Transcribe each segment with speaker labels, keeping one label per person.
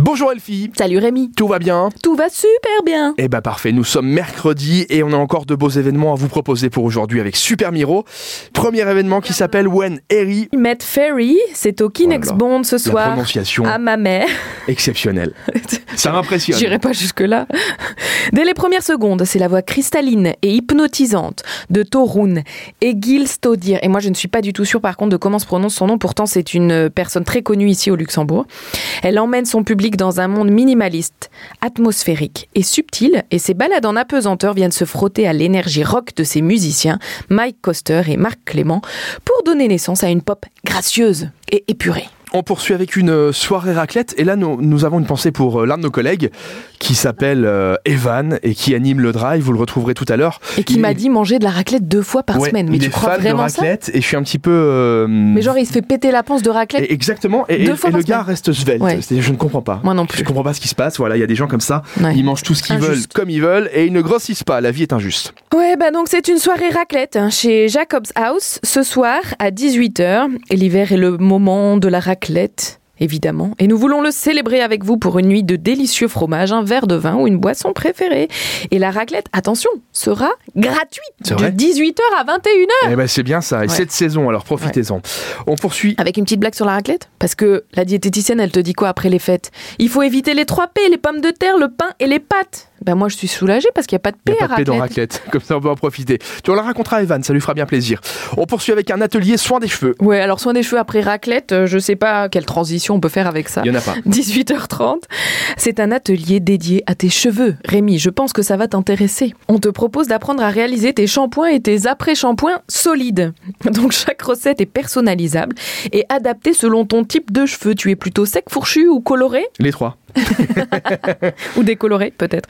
Speaker 1: Bonjour Elfie,
Speaker 2: Salut Rémi.
Speaker 1: tout va bien
Speaker 2: Tout va super bien.
Speaker 1: Eh bah parfait, nous sommes mercredi et on a encore de beaux événements à vous proposer pour aujourd'hui avec Super Miro. Premier événement qui s'appelle When Harry.
Speaker 2: Matt Ferry, c'est au Kinex
Speaker 1: Oh là là.
Speaker 2: Bond ce
Speaker 1: La
Speaker 2: soir.
Speaker 1: prononciation
Speaker 2: À ma mère.
Speaker 1: exceptionnelle. Ça m'impressionne.
Speaker 2: J'irai pas jusque-là. Dès les premières secondes, c'est la voix cristalline et hypnotisante de Torun et Gil Stodir. Et moi, je ne suis pas du tout sûre, par contre, de comment se prononce son nom. Pourtant, c'est une personne très connue ici au Luxembourg. Elle emmène son public dans un monde minimaliste, atmosphérique et subtil. Et ses balades en apesanteur viennent se frotter à l'énergie rock de ses musiciens, Mike Coster et Marc Clément, pour donner naissance à une pop gracieuse et épurée.
Speaker 1: On poursuit avec une euh, soirée raclette et là nous, nous avons une pensée pour euh, l'un de nos collègues qui s'appelle euh, Evan et qui anime le drive, vous le retrouverez tout à l'heure.
Speaker 2: Et qui
Speaker 1: Il-
Speaker 2: m'a dit manger de la raclette deux fois par
Speaker 1: Ouais,
Speaker 2: semaine. Mais
Speaker 1: il
Speaker 2: tu
Speaker 1: est
Speaker 2: crois
Speaker 1: fan de
Speaker 2: vraiment ça
Speaker 1: raclette et je suis un petit peu... euh,
Speaker 2: Mais genre, il se fait péter la panse de raclette.
Speaker 1: et- exactement, et, et-
Speaker 2: Deux fois
Speaker 1: et le
Speaker 2: par
Speaker 1: gars reste svelte,
Speaker 2: Ouais.
Speaker 1: C'est- je ne comprends pas.
Speaker 2: Moi non
Speaker 1: Je
Speaker 2: plus.
Speaker 1: comprends pas ce qui se passe, voilà, il y a des gens comme ça,
Speaker 2: Ouais.
Speaker 1: ils mangent tout ce qu'ils
Speaker 2: Injuste.
Speaker 1: veulent comme ils veulent et ils ne grossissent pas, la vie est injuste.
Speaker 2: Ouais, bah donc c'est une soirée raclette hein, chez Jacob's House ce soir à 18h. Et L'hiver est le moment de la raclette. Évidemment. Et nous voulons le célébrer avec vous pour une nuit de délicieux fromage, un verre de vin ou une boisson préférée. Et la raclette, attention, sera gratuite
Speaker 1: C'est
Speaker 2: de
Speaker 1: vrai
Speaker 2: 18h à 21h.
Speaker 1: Eh ben c'est bien ça, et
Speaker 2: Ah. Ouais.
Speaker 1: cette saison alors profitez-en. On poursuit
Speaker 2: Avec une petite blague sur la raclette Parce que la diététicienne, elle te dit quoi après les fêtes Il faut éviter les 3 P, les pommes de terre, le pain et les pâtes. Ben moi, je suis soulagée parce qu'il n'y a pas de
Speaker 1: Il
Speaker 2: P
Speaker 1: n'y
Speaker 2: à
Speaker 1: a pas de paix
Speaker 2: raclette.
Speaker 1: dans raclette, comme ça on peut en profiter. Tu on la racontera à Evan, ça lui fera bien plaisir. On poursuit avec un atelier soin des cheveux.
Speaker 2: Ouais, alors soin des cheveux après raclette, euh, je sais pas quelle transition on peut faire avec ça.
Speaker 1: Il n'y en a pas.
Speaker 2: 18h30, c'est un atelier dédié à tes cheveux. Rémi, je pense que ça va t'intéresser. On te propose d'apprendre à réaliser tes shampoings et tes après-shampoings solides. Donc chaque recette est personnalisable et adaptée selon ton type de cheveux. Tu es plutôt sec, fourchu ou coloré
Speaker 1: Les trois.
Speaker 2: ou décoloré peut-être.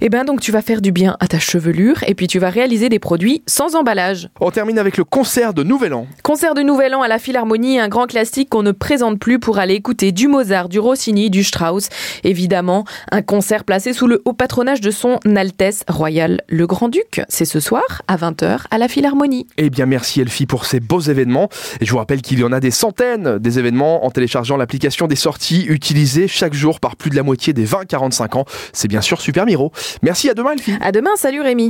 Speaker 2: Et bien donc tu vas faire du bien à ta chevelure et puis tu vas réaliser des produits sans emballage.
Speaker 1: On termine avec le concert de Nouvel An.
Speaker 2: Concert de Nouvel An à la Philharmonie, un grand classique qu'on ne présente plus pour aller écouter du Mozart, du Rossini, du Strauss. Évidemment, un concert placé sous le haut patronage de son Altesse Royale, le Grand-Duc. C'est ce soir à 20h à la Philharmonie.
Speaker 1: Eh bien merci Elfie pour ces beaux événements. Et je vous rappelle qu'il y en a des centaines des événements en téléchargeant l'application des sorties utilisée chaque jour par plus de la moitié des 20-45 ans. C'est bien sûr Super Miro. Merci à demain Elfie.
Speaker 2: À demain, salut Rémi.